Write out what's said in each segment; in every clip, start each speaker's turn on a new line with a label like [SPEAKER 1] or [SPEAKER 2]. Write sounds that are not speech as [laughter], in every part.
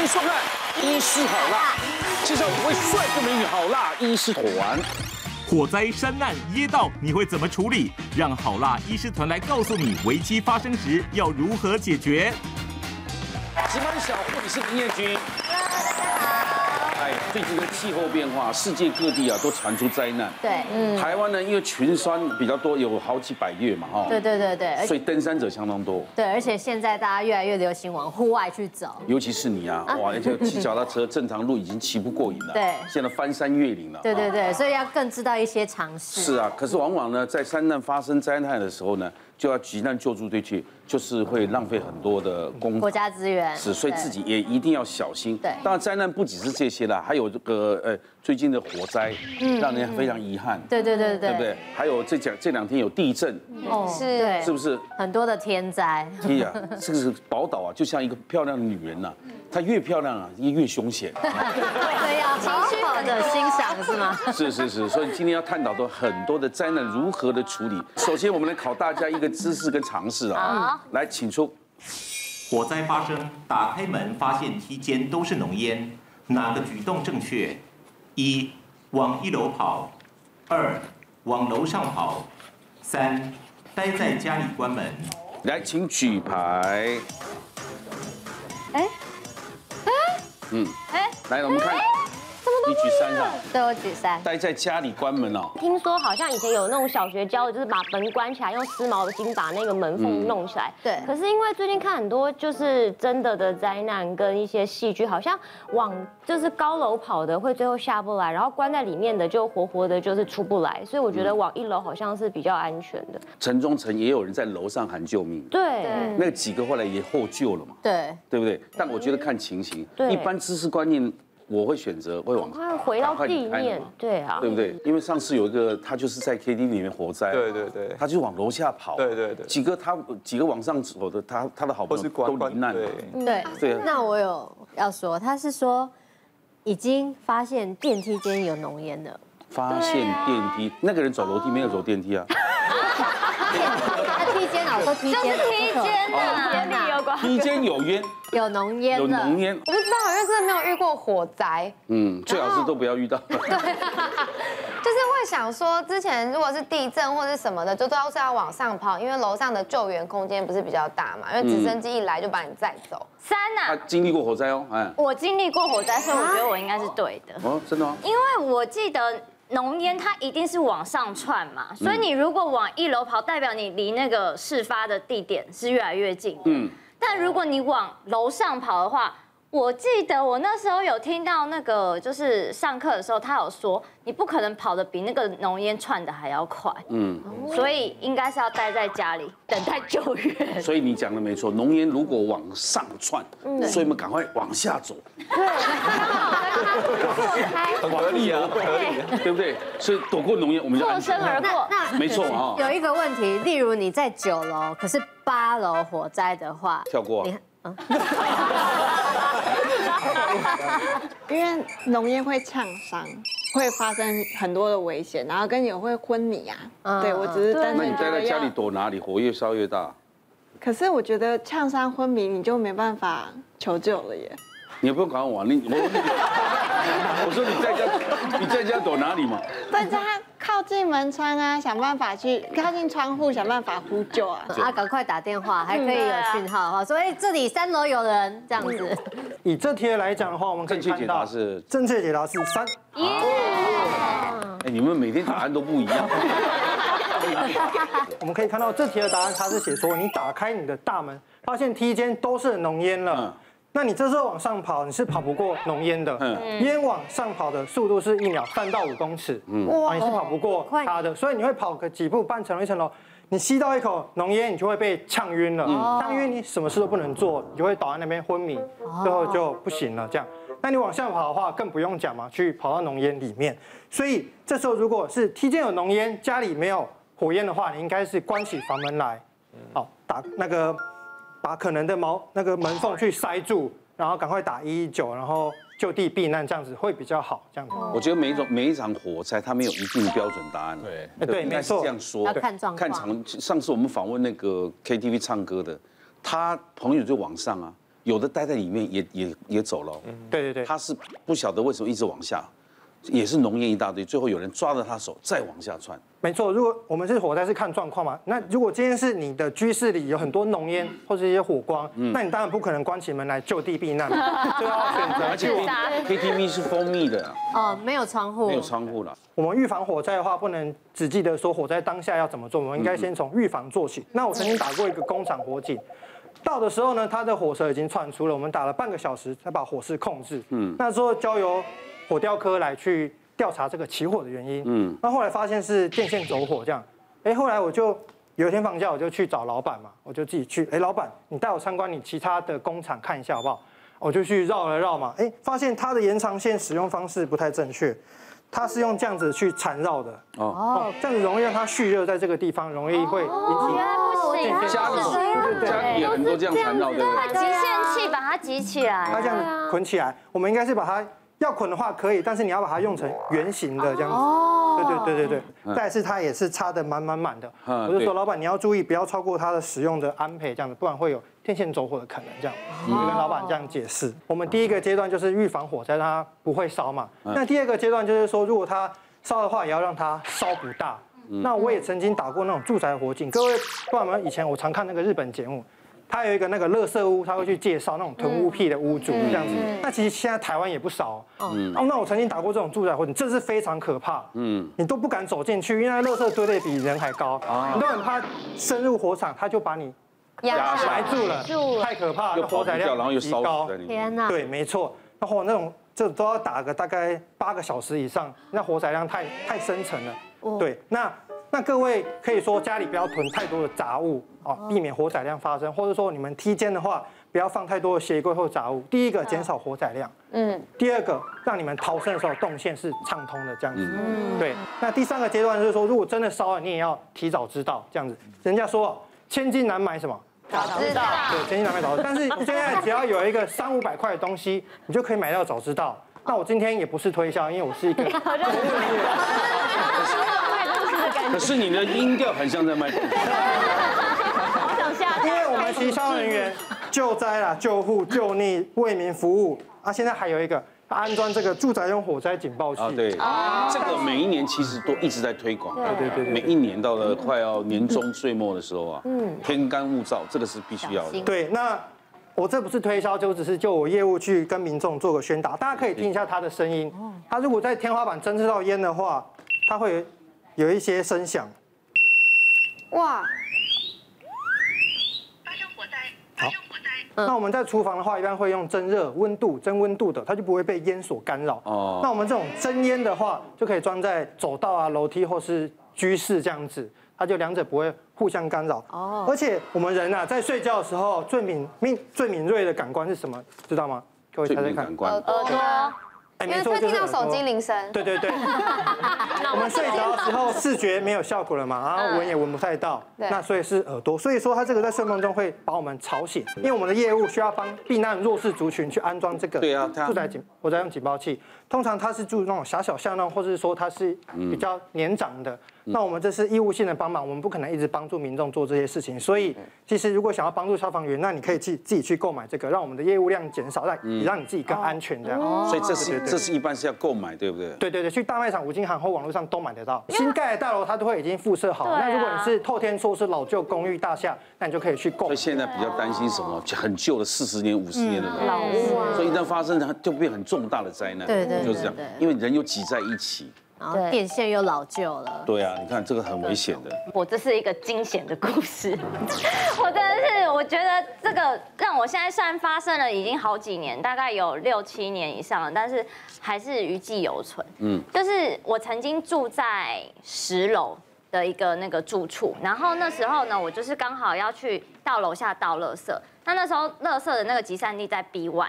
[SPEAKER 1] 迎收看《医师好辣》，介绍五位帅哥美女好辣医师团。
[SPEAKER 2] 火灾、山难、噎到，你会怎么处理？让好辣医师团来告诉你，危机发生时要如何解决。
[SPEAKER 1] 值班小护理师林彦君。哎，最近的气候变化，世界各地啊都传出灾难。
[SPEAKER 3] 对，嗯，
[SPEAKER 1] 台湾呢，因为群山比较多，有好几百月嘛，哈，
[SPEAKER 3] 对对对对，而
[SPEAKER 1] 所以登山者相当多，
[SPEAKER 3] 对，而且现在大家越来越流行往户外去走，
[SPEAKER 1] 尤其是你啊，哇，而且骑脚踏车正常路已经骑不过瘾了，
[SPEAKER 3] [laughs] 对
[SPEAKER 1] 现在翻山越岭了，
[SPEAKER 3] 对对
[SPEAKER 1] 啊。
[SPEAKER 3] 对，所以要更知道一些常识。
[SPEAKER 1] 是啊，可是往往呢，在山难发生灾害的时候呢，就要急难救助队去，就是会浪费很多的公
[SPEAKER 3] 国家资源，
[SPEAKER 1] 是，所以
[SPEAKER 3] 对
[SPEAKER 1] 自己也一定要小心。
[SPEAKER 3] 对
[SPEAKER 1] 当然灾难不只是这些啦，还有这个呃最近的火灾，让人非常遗憾，
[SPEAKER 3] 对对嗯对
[SPEAKER 1] 对
[SPEAKER 3] 对
[SPEAKER 1] 不对？还有这讲这两天有地震，
[SPEAKER 3] 哦，
[SPEAKER 4] 是
[SPEAKER 3] 对
[SPEAKER 1] 是不是？
[SPEAKER 3] 很多的天灾，
[SPEAKER 1] 哎
[SPEAKER 3] [laughs]
[SPEAKER 1] 呀，这个是宝岛啊，就像一个漂亮的女人呐、她越漂亮啊，越凶险。
[SPEAKER 3] [laughs] 对，要好好的欣赏是
[SPEAKER 4] [laughs]
[SPEAKER 3] 吗？
[SPEAKER 1] 是是是，所以今天要探讨的很多的灾难如何的处理。首先，我们来考大家一个知识跟常识啊。来，请出。
[SPEAKER 2] 火灾发生，打开门发现梯间都是浓烟，哪个举动正确？一，往一楼跑；二，往楼上跑；三，待在家里关门。
[SPEAKER 1] 来，请举牌。
[SPEAKER 4] 哎，
[SPEAKER 1] 嗯，
[SPEAKER 4] 哎，
[SPEAKER 1] 来，我们看，你举三上，
[SPEAKER 3] 对我举三，
[SPEAKER 1] 待在家里关门哦。
[SPEAKER 5] 听说好像以前有那种小学教的，就是把门关起来，用湿毛巾把那个门缝弄起来。
[SPEAKER 3] 对
[SPEAKER 5] 可是因为最近看很多就是真的的灾难跟一些戏剧，好像往就是高楼跑的会最后下不来，然后关在里面的就活活的就是出不来，所以我觉得往一楼好像是比较安全的。
[SPEAKER 1] 城中城也有人在楼上喊救命，
[SPEAKER 5] 对，
[SPEAKER 1] 那几个后来也获救了嘛，
[SPEAKER 3] 对，
[SPEAKER 1] 对不对？但我觉得看情形，
[SPEAKER 5] 对
[SPEAKER 1] 一般知识观念我会选择会往
[SPEAKER 5] 快回到地
[SPEAKER 1] 赶快离开
[SPEAKER 5] 面
[SPEAKER 1] 嘛，
[SPEAKER 5] 对啊，
[SPEAKER 1] 对不对？因为上次有一个他就是在 KTV 里面火灾，
[SPEAKER 6] 对对对
[SPEAKER 1] 他就往楼下跑，
[SPEAKER 6] 对对对
[SPEAKER 1] 几个他几个往上走的，他他的好
[SPEAKER 6] 或
[SPEAKER 1] 朋
[SPEAKER 6] 是
[SPEAKER 1] 友
[SPEAKER 6] 关
[SPEAKER 1] 都
[SPEAKER 6] 关
[SPEAKER 1] 罹难了
[SPEAKER 6] 对，
[SPEAKER 4] 嗯
[SPEAKER 3] 对
[SPEAKER 1] 对
[SPEAKER 3] 那我有要说，他是说已经发现电梯间有浓烟
[SPEAKER 4] [laughs]
[SPEAKER 3] 了，
[SPEAKER 1] 发现电梯那个人走楼梯没有走电 [laughs] 梯啊，
[SPEAKER 3] 他啊梯间老说梯间，
[SPEAKER 4] 就是梯间呐
[SPEAKER 5] 跟你有关。
[SPEAKER 1] 梯间有冤
[SPEAKER 3] [laughs] 有浓烟
[SPEAKER 1] 有
[SPEAKER 3] 了，
[SPEAKER 1] 浓烟，
[SPEAKER 4] 我不知道，好像真的没有遇过火灾，
[SPEAKER 1] 嗯，啊最好是都不要遇到。
[SPEAKER 4] 就是会想说，之前如果是地震或是什么的，就都要是要往上跑，因为楼上的救援空间不是比较大嘛，因为直升机一来就把你载走。
[SPEAKER 7] 三
[SPEAKER 1] [laughs] 他
[SPEAKER 7] 呐、
[SPEAKER 1] 经历过火灾哦，哎，
[SPEAKER 7] 我经历过火灾，所以我觉得我应该是对
[SPEAKER 5] 啊
[SPEAKER 7] 的，
[SPEAKER 1] 哦，真的吗？
[SPEAKER 7] 因为我记得浓烟它一定是往上窜嘛，所以你如果往一楼跑，代表你离那个事发的地点是越来越近。嗯，但如果你往楼上跑的话，我记得我那时候有听到那个，就是上课的时候，他有说你不可能跑得比那个浓烟窜的还要快，
[SPEAKER 1] 嗯，
[SPEAKER 7] 所以应该是要待在家里等待救援。
[SPEAKER 1] 所以你讲的没错，浓烟如果往上窜，所以我们赶快往下走，
[SPEAKER 6] 很合理啊，合理啊。
[SPEAKER 1] [laughs] 对不对？所以躲过浓烟，我们就
[SPEAKER 7] 破
[SPEAKER 1] 安全
[SPEAKER 7] 身而 [laughs] 过，
[SPEAKER 1] 没错 [laughs] 啊、
[SPEAKER 3] 有一个问题，例如你在九楼，可是八楼火灾的话，
[SPEAKER 1] 跳过啊
[SPEAKER 3] 你
[SPEAKER 8] [laughs] 因为浓烟会呛伤，会发生很多的危险，然后跟有会昏迷啊。
[SPEAKER 3] 嗯
[SPEAKER 8] 对我只是单
[SPEAKER 1] 那
[SPEAKER 8] 纯
[SPEAKER 1] 你
[SPEAKER 8] 觉
[SPEAKER 1] 待
[SPEAKER 8] 得
[SPEAKER 1] 在家里
[SPEAKER 8] 要，
[SPEAKER 1] 躲哪里？火越烧越大，
[SPEAKER 8] 可是我觉得呛伤昏迷你就没办法求救了耶。
[SPEAKER 1] 你也不用管我啊，你 [laughs] 我我我说你在家，你在家躲哪里嘛？
[SPEAKER 8] 但是他靠近门窗啊，想办法去靠近窗户，想办法呼救啊。
[SPEAKER 3] 啊，赶快打电话，还可以有讯号哈，所以这里三楼嗯有人这样 [laughs] 子，
[SPEAKER 9] 以这题来讲的话，我们可以
[SPEAKER 1] 正确解
[SPEAKER 9] 看
[SPEAKER 1] 答
[SPEAKER 9] 到
[SPEAKER 1] 是，
[SPEAKER 9] 正确解答是三。
[SPEAKER 1] 哎，你们每天答案都不一样，
[SPEAKER 9] 我们可以看到这题的答案，它是写说你打开你的大门，发现梯间都是浓烟了
[SPEAKER 1] 嗯。
[SPEAKER 9] 那你这时候往上跑，你是跑不过浓烟的。烟往上跑的速度是一秒三到五公尺，啊哇，你是跑不过它的，所以你会跑个几步，半层楼一层楼，你吸到一口浓烟，你就会被呛晕了。呛晕你什么事都不能做，你就会倒在那边昏迷，最后就不行了这样。那你往下跑的话，更不用讲嘛，去跑到浓烟里面。所以这时候如果是梯间有浓烟，家里没有火焰的话，你应该是关起房门来，好打那个把可能的毛那个门缝去塞住，然后赶快打一一九，然后就地避难，这样子会比较好。这样子，
[SPEAKER 1] 我觉得每一种每一场火灾，它没有一定标准答案。
[SPEAKER 6] 对
[SPEAKER 9] 哎对
[SPEAKER 1] 应该是
[SPEAKER 9] 没错
[SPEAKER 1] 这样说。
[SPEAKER 3] 要看状
[SPEAKER 1] 看
[SPEAKER 3] 况
[SPEAKER 1] 场。上次我们访问那个 KTV 唱歌的，他朋友就往上啊，有的待在里面也也也走了哦。
[SPEAKER 9] 对嗯对对，
[SPEAKER 1] 他是不晓得为什么一直往下，也是浓烟一大堆，最后有人抓着他手再往下窜。
[SPEAKER 9] 没错，如果我们是火灾是看状况嘛，那如果今天是你的居室里有很多浓烟或者一些火光，那你当然不可能关起门来就地避难，就要啊选择
[SPEAKER 1] 而且
[SPEAKER 9] 去往
[SPEAKER 1] K T V 是封闭的，
[SPEAKER 3] 哦，没有窗户
[SPEAKER 1] 没有窗户了。
[SPEAKER 9] 我们预防火灾的话，不能只记得说火灾当下要怎么做，我们应该先从预防做起。那我曾经打过一个工厂火警，到的时候呢，它的火舌已经窜出了，我们打了半个小时才把火势控制。嗯，那之后交由火调科来去调查这个起火的原因。嗯，那后来发现是电线走火这样。哎，后来我就有一天放假，我就去找老板嘛，我就自己去。哎，老板，你带我参观你其他的工厂看一下好不好？我就去绕了绕嘛，哎，发现它的延长线使用方式不太正确，它是用这样子去缠绕的，哦，这样子容易让它蓄热在这个地方，容易会引
[SPEAKER 3] 哦
[SPEAKER 9] 起。
[SPEAKER 7] 哦不行，啊
[SPEAKER 1] 家里
[SPEAKER 3] 啊
[SPEAKER 1] 家里也很多这样缠绕，对不
[SPEAKER 7] 把
[SPEAKER 1] 对？
[SPEAKER 7] 集线器把它集起
[SPEAKER 9] 它
[SPEAKER 7] 来。
[SPEAKER 9] 这样子捆起来，我们应该是把它要捆的话可以，但是你要把它用成圆形的这样子。哦，对对对对对。但是它也是插的满满满的，
[SPEAKER 1] 嗯
[SPEAKER 9] 我就
[SPEAKER 1] 对
[SPEAKER 9] 说老板你要注意，不要超过它的使用的安培这样子，不然会有电线走火的可能这样。我就跟老板这样解释。我们第一个阶段就是预防火灾，让它不会烧嘛。那第二个阶段就是说，如果它烧的话，也要让它烧不大。那我也曾经打过那种住宅火警，各位不然我们以前我常看那个日本节目，他有一个那个垃圾屋，他会去介绍那种囤物癖的屋主这样子。那其实现在台湾也不少。嗯。哦，那我曾经打过这种住宅火警，这是非常可怕。嗯。你都不敢走进去，因为那垃圾堆得比人还高，
[SPEAKER 1] 哦
[SPEAKER 9] 你都很怕深入火场，他就把你
[SPEAKER 1] 压
[SPEAKER 9] 埋
[SPEAKER 1] 下
[SPEAKER 9] 住了，太可怕了，
[SPEAKER 1] 又
[SPEAKER 9] 那
[SPEAKER 1] 跑不
[SPEAKER 9] 火载
[SPEAKER 1] 掉，
[SPEAKER 9] 量
[SPEAKER 1] 然后又
[SPEAKER 9] 极
[SPEAKER 1] 烧
[SPEAKER 9] 高
[SPEAKER 1] 死在里面。
[SPEAKER 3] 天哪！
[SPEAKER 9] 对，没错。然后那种这都要打个大概八个小时以上，那火载量太太深沉了。对，那那各位可以说家里不要囤太多的杂物哦，避免火载量发生，或者说你们梯间的话，不要放太多的鞋柜或杂物。第一个减少火载量，嗯，第二个让你们逃生的时候动线是畅通的这样子。对，那第三个阶段就是说，如果真的烧了，你也要提早知道这样子。人家说千金难买什么？
[SPEAKER 4] 知道，
[SPEAKER 9] 对，千金难买早知道。但是现在只要有一个三五百块的东西，你就可以买到早知道。那我今天也不是推销，因为我是一个
[SPEAKER 1] 可是你的音调很像在卖东西，
[SPEAKER 5] 好想下
[SPEAKER 9] 因为我们行销人员救灾啦、救护、救溺、为民服务啊，现在还有一个安装这个住宅用火灾警报器。
[SPEAKER 1] 啊，对，
[SPEAKER 3] 哦
[SPEAKER 1] 这个每一年其实都一直在推广，
[SPEAKER 9] 对对对
[SPEAKER 1] 每一年到了快要年终岁末的时候啊，
[SPEAKER 3] 嗯
[SPEAKER 1] 天干物燥，这个是必须要的。
[SPEAKER 9] 对，那我这不是推销，就只是就我业务去跟民众做个宣达。大家可以听一下它的声音，它如果在天花板侦测到烟的话，它会有一些声响。
[SPEAKER 4] 哇，嗯
[SPEAKER 9] 那我们在厨房的话，一般会用蒸热温度、蒸温度的，它就不会被烟所干扰。
[SPEAKER 1] 哦
[SPEAKER 9] 哦。那我们这种蒸烟的话，就可以装在走道啊、楼梯或是居室这样子，它就两者不会互相干扰。哦。而且我们人啊，在睡觉的时候，最敏敏最敏锐的感官是什么？知道吗？各位
[SPEAKER 1] 最
[SPEAKER 9] 猜猜
[SPEAKER 1] 敏
[SPEAKER 9] 看
[SPEAKER 1] 感。官，
[SPEAKER 4] 耳朵，
[SPEAKER 9] 哎
[SPEAKER 4] 因为会听到手机。铃声，
[SPEAKER 9] 对 [laughs] 对对，我们睡着的时候视觉没有效果了嘛，然后闻也闻不太到，
[SPEAKER 4] 对
[SPEAKER 9] 那所以是耳朵，所以说它这个在睡梦中会把我们吵醒，因为我们的业务需要帮避难弱势族群去安装这个
[SPEAKER 1] 对啊它
[SPEAKER 9] 住宅警火灾用警报器，通常它是住那种狭小巷弄，或者是说它是
[SPEAKER 1] 嗯
[SPEAKER 9] 比较年长的，那我们这是义务性的帮忙，我们不可能一直帮助民众做这些事情，所以
[SPEAKER 1] 嗯
[SPEAKER 9] 其实如果想要帮助消防员，那你可以去自己去购买这个，让我们的业务量减少，让也让你自己更安全这样。
[SPEAKER 1] 嗯所以这是这是一般是要购买，对不对？
[SPEAKER 9] 对对对，去大卖场、五金行或网络上都买得到。新盖的大楼它都会已经附设好。
[SPEAKER 7] 对啊
[SPEAKER 9] 那如果你是透天厝是老旧公寓大厦，那你就可以去购
[SPEAKER 1] 所
[SPEAKER 9] 买
[SPEAKER 1] 以。现在比较担心什么？
[SPEAKER 3] 嗯
[SPEAKER 1] 很旧的四十年、五十年的老
[SPEAKER 3] 屋啊
[SPEAKER 1] 所以一旦发生，它就变很重大的灾难。
[SPEAKER 3] 对对对
[SPEAKER 1] 就是这样
[SPEAKER 3] 对，
[SPEAKER 1] 因为人又挤在一起。
[SPEAKER 3] 然后电线又老旧了，
[SPEAKER 1] 对啊，你看这个很危险的。
[SPEAKER 7] 我这是一个惊险的故事， [laughs] 我真的是，我觉得这个让我现在虽然发生了已经好几年，大概有六七年以上了，但是还是余悸犹存。嗯，就是我曾经住在十楼的一个那个住处，然后那时候呢，我就是刚好要去到楼下倒垃圾，那那时候垃圾的那个集散地在 B one，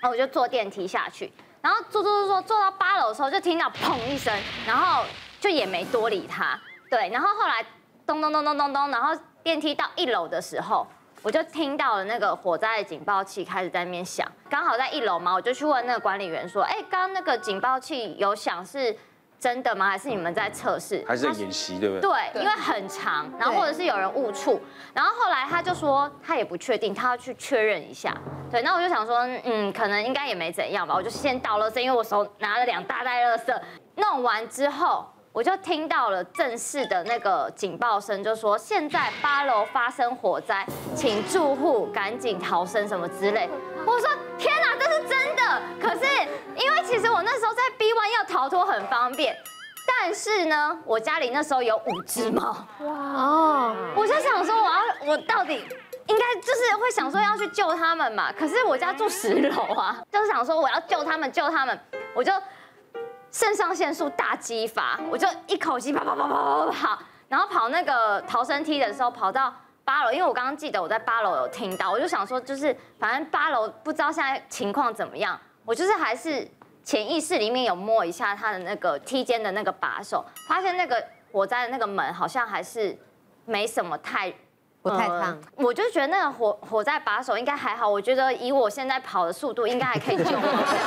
[SPEAKER 7] 然后我就坐电梯下去，然后坐坐坐坐坐到八楼的时候，就听到砰一声，然后就也没多理他，对，然后后来咚咚咚咚咚咚，然后电梯到一楼的时候。我就听到了那个火灾的警报器开始在那边响，刚好在一楼嘛，我就去问那个管理员说，哎、刚刚那个警报器有响是真的吗？还是你们在测试？
[SPEAKER 1] 还是在演习，对不对？
[SPEAKER 7] 对，因为很长，然后或者是有人误触，然后后来他就说他也不确定，他要去确认一下。对，那我就想说，嗯，可能应该也没怎样吧，我就先倒垃圾，因为我手拿了两大袋垃圾，弄完之后。我就听到了正式的那个警报声，就说现在八楼发生火灾，请住户赶紧逃生什么之类。我说天哪，这是真的！可是因为其实我那时候在 B one 要逃脱很方便，但是呢，我家里那时候有五只猫，哇，我就想说我要我到底。应该就是会想说要去救他们嘛，可是我家住十楼啊，就是想说我要救他们，救他们，我就肾上腺素大激发，我就一口气跑跑跑跑跑跑，然后跑那个逃生梯的时候跑到八楼，因为我刚刚记得我在八楼有听到，我就想说就是反正八楼不知道现在情况怎么样，我就是还是潜意识里面有摸一下他的那个梯间的那个把手，发现那个火灾的那个门好像还是没什么太。
[SPEAKER 3] 不太烫
[SPEAKER 7] 呃我就觉得那个火火灾把手应该还好，我觉得以我现在跑的速度，应该还 [laughs] 可以救我。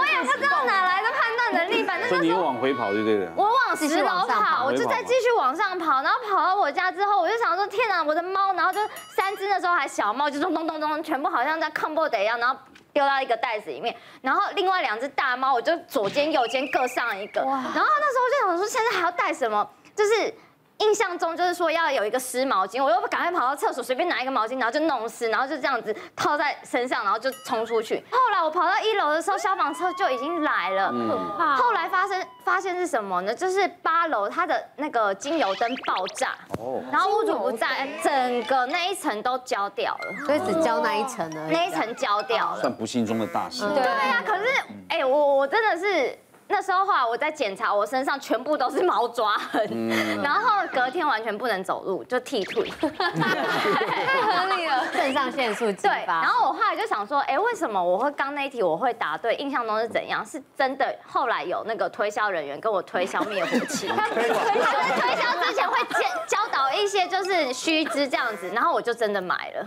[SPEAKER 7] 我也不知道哪来的判断能力，反正
[SPEAKER 1] 所以
[SPEAKER 7] 那
[SPEAKER 1] 你
[SPEAKER 7] 时
[SPEAKER 1] 又
[SPEAKER 7] 候
[SPEAKER 1] 往回跑，对不对？
[SPEAKER 7] 我往十楼跑，我就再继续往上跑，然后跑到我家之后，我就想说天啊，我的猫，然后就三只那时候还小猫，就咚咚咚咚，全部好像在 combo 的一样，然后。丢到一个袋子里面，然后另外两只大猫，我就左肩右肩各上一个，然后那时候我就想说，现在还要带什么？就是印象中就是说要有一个湿毛巾，我又赶快跑到厕所随便拿一个毛巾，然后就弄湿，然后就这样子套在身上，然后就冲出去。后来我跑到一楼的时候，消防车就已经来了。
[SPEAKER 5] 怕
[SPEAKER 7] 后来发生发现是什么呢？就是八楼它的那个精油灯爆炸，
[SPEAKER 1] 哦
[SPEAKER 7] 然后屋主不在，整个那一层都焦掉了，
[SPEAKER 3] 所以只浇那一层而已。
[SPEAKER 7] 嗯那一层焦掉了。
[SPEAKER 1] 算不幸中的大幸。
[SPEAKER 7] 对啊，可是哎、我我真的是那时候后来我在检查，我身上全部都是猫抓痕， [laughs] 然后隔天完全不能走路，就剃腿。
[SPEAKER 4] 太合理了。
[SPEAKER 3] [laughs] 肾上腺素激
[SPEAKER 7] 对，
[SPEAKER 3] 发。
[SPEAKER 7] 然后我后来就想说，哎，为什么我会刚那一题我会答对？印象中是怎样？是真的。后来有那个推销人员跟我推销灭火器， [laughs] 他在推销之前会教教导一些就是须知这样子，然后我就真的买了。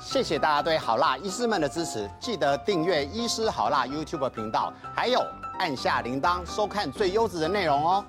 [SPEAKER 10] 谢谢大家对好辣医师们的支持，记得订阅医师好辣 YouTube 频道，还有按下铃铛收看最优质的内容哦。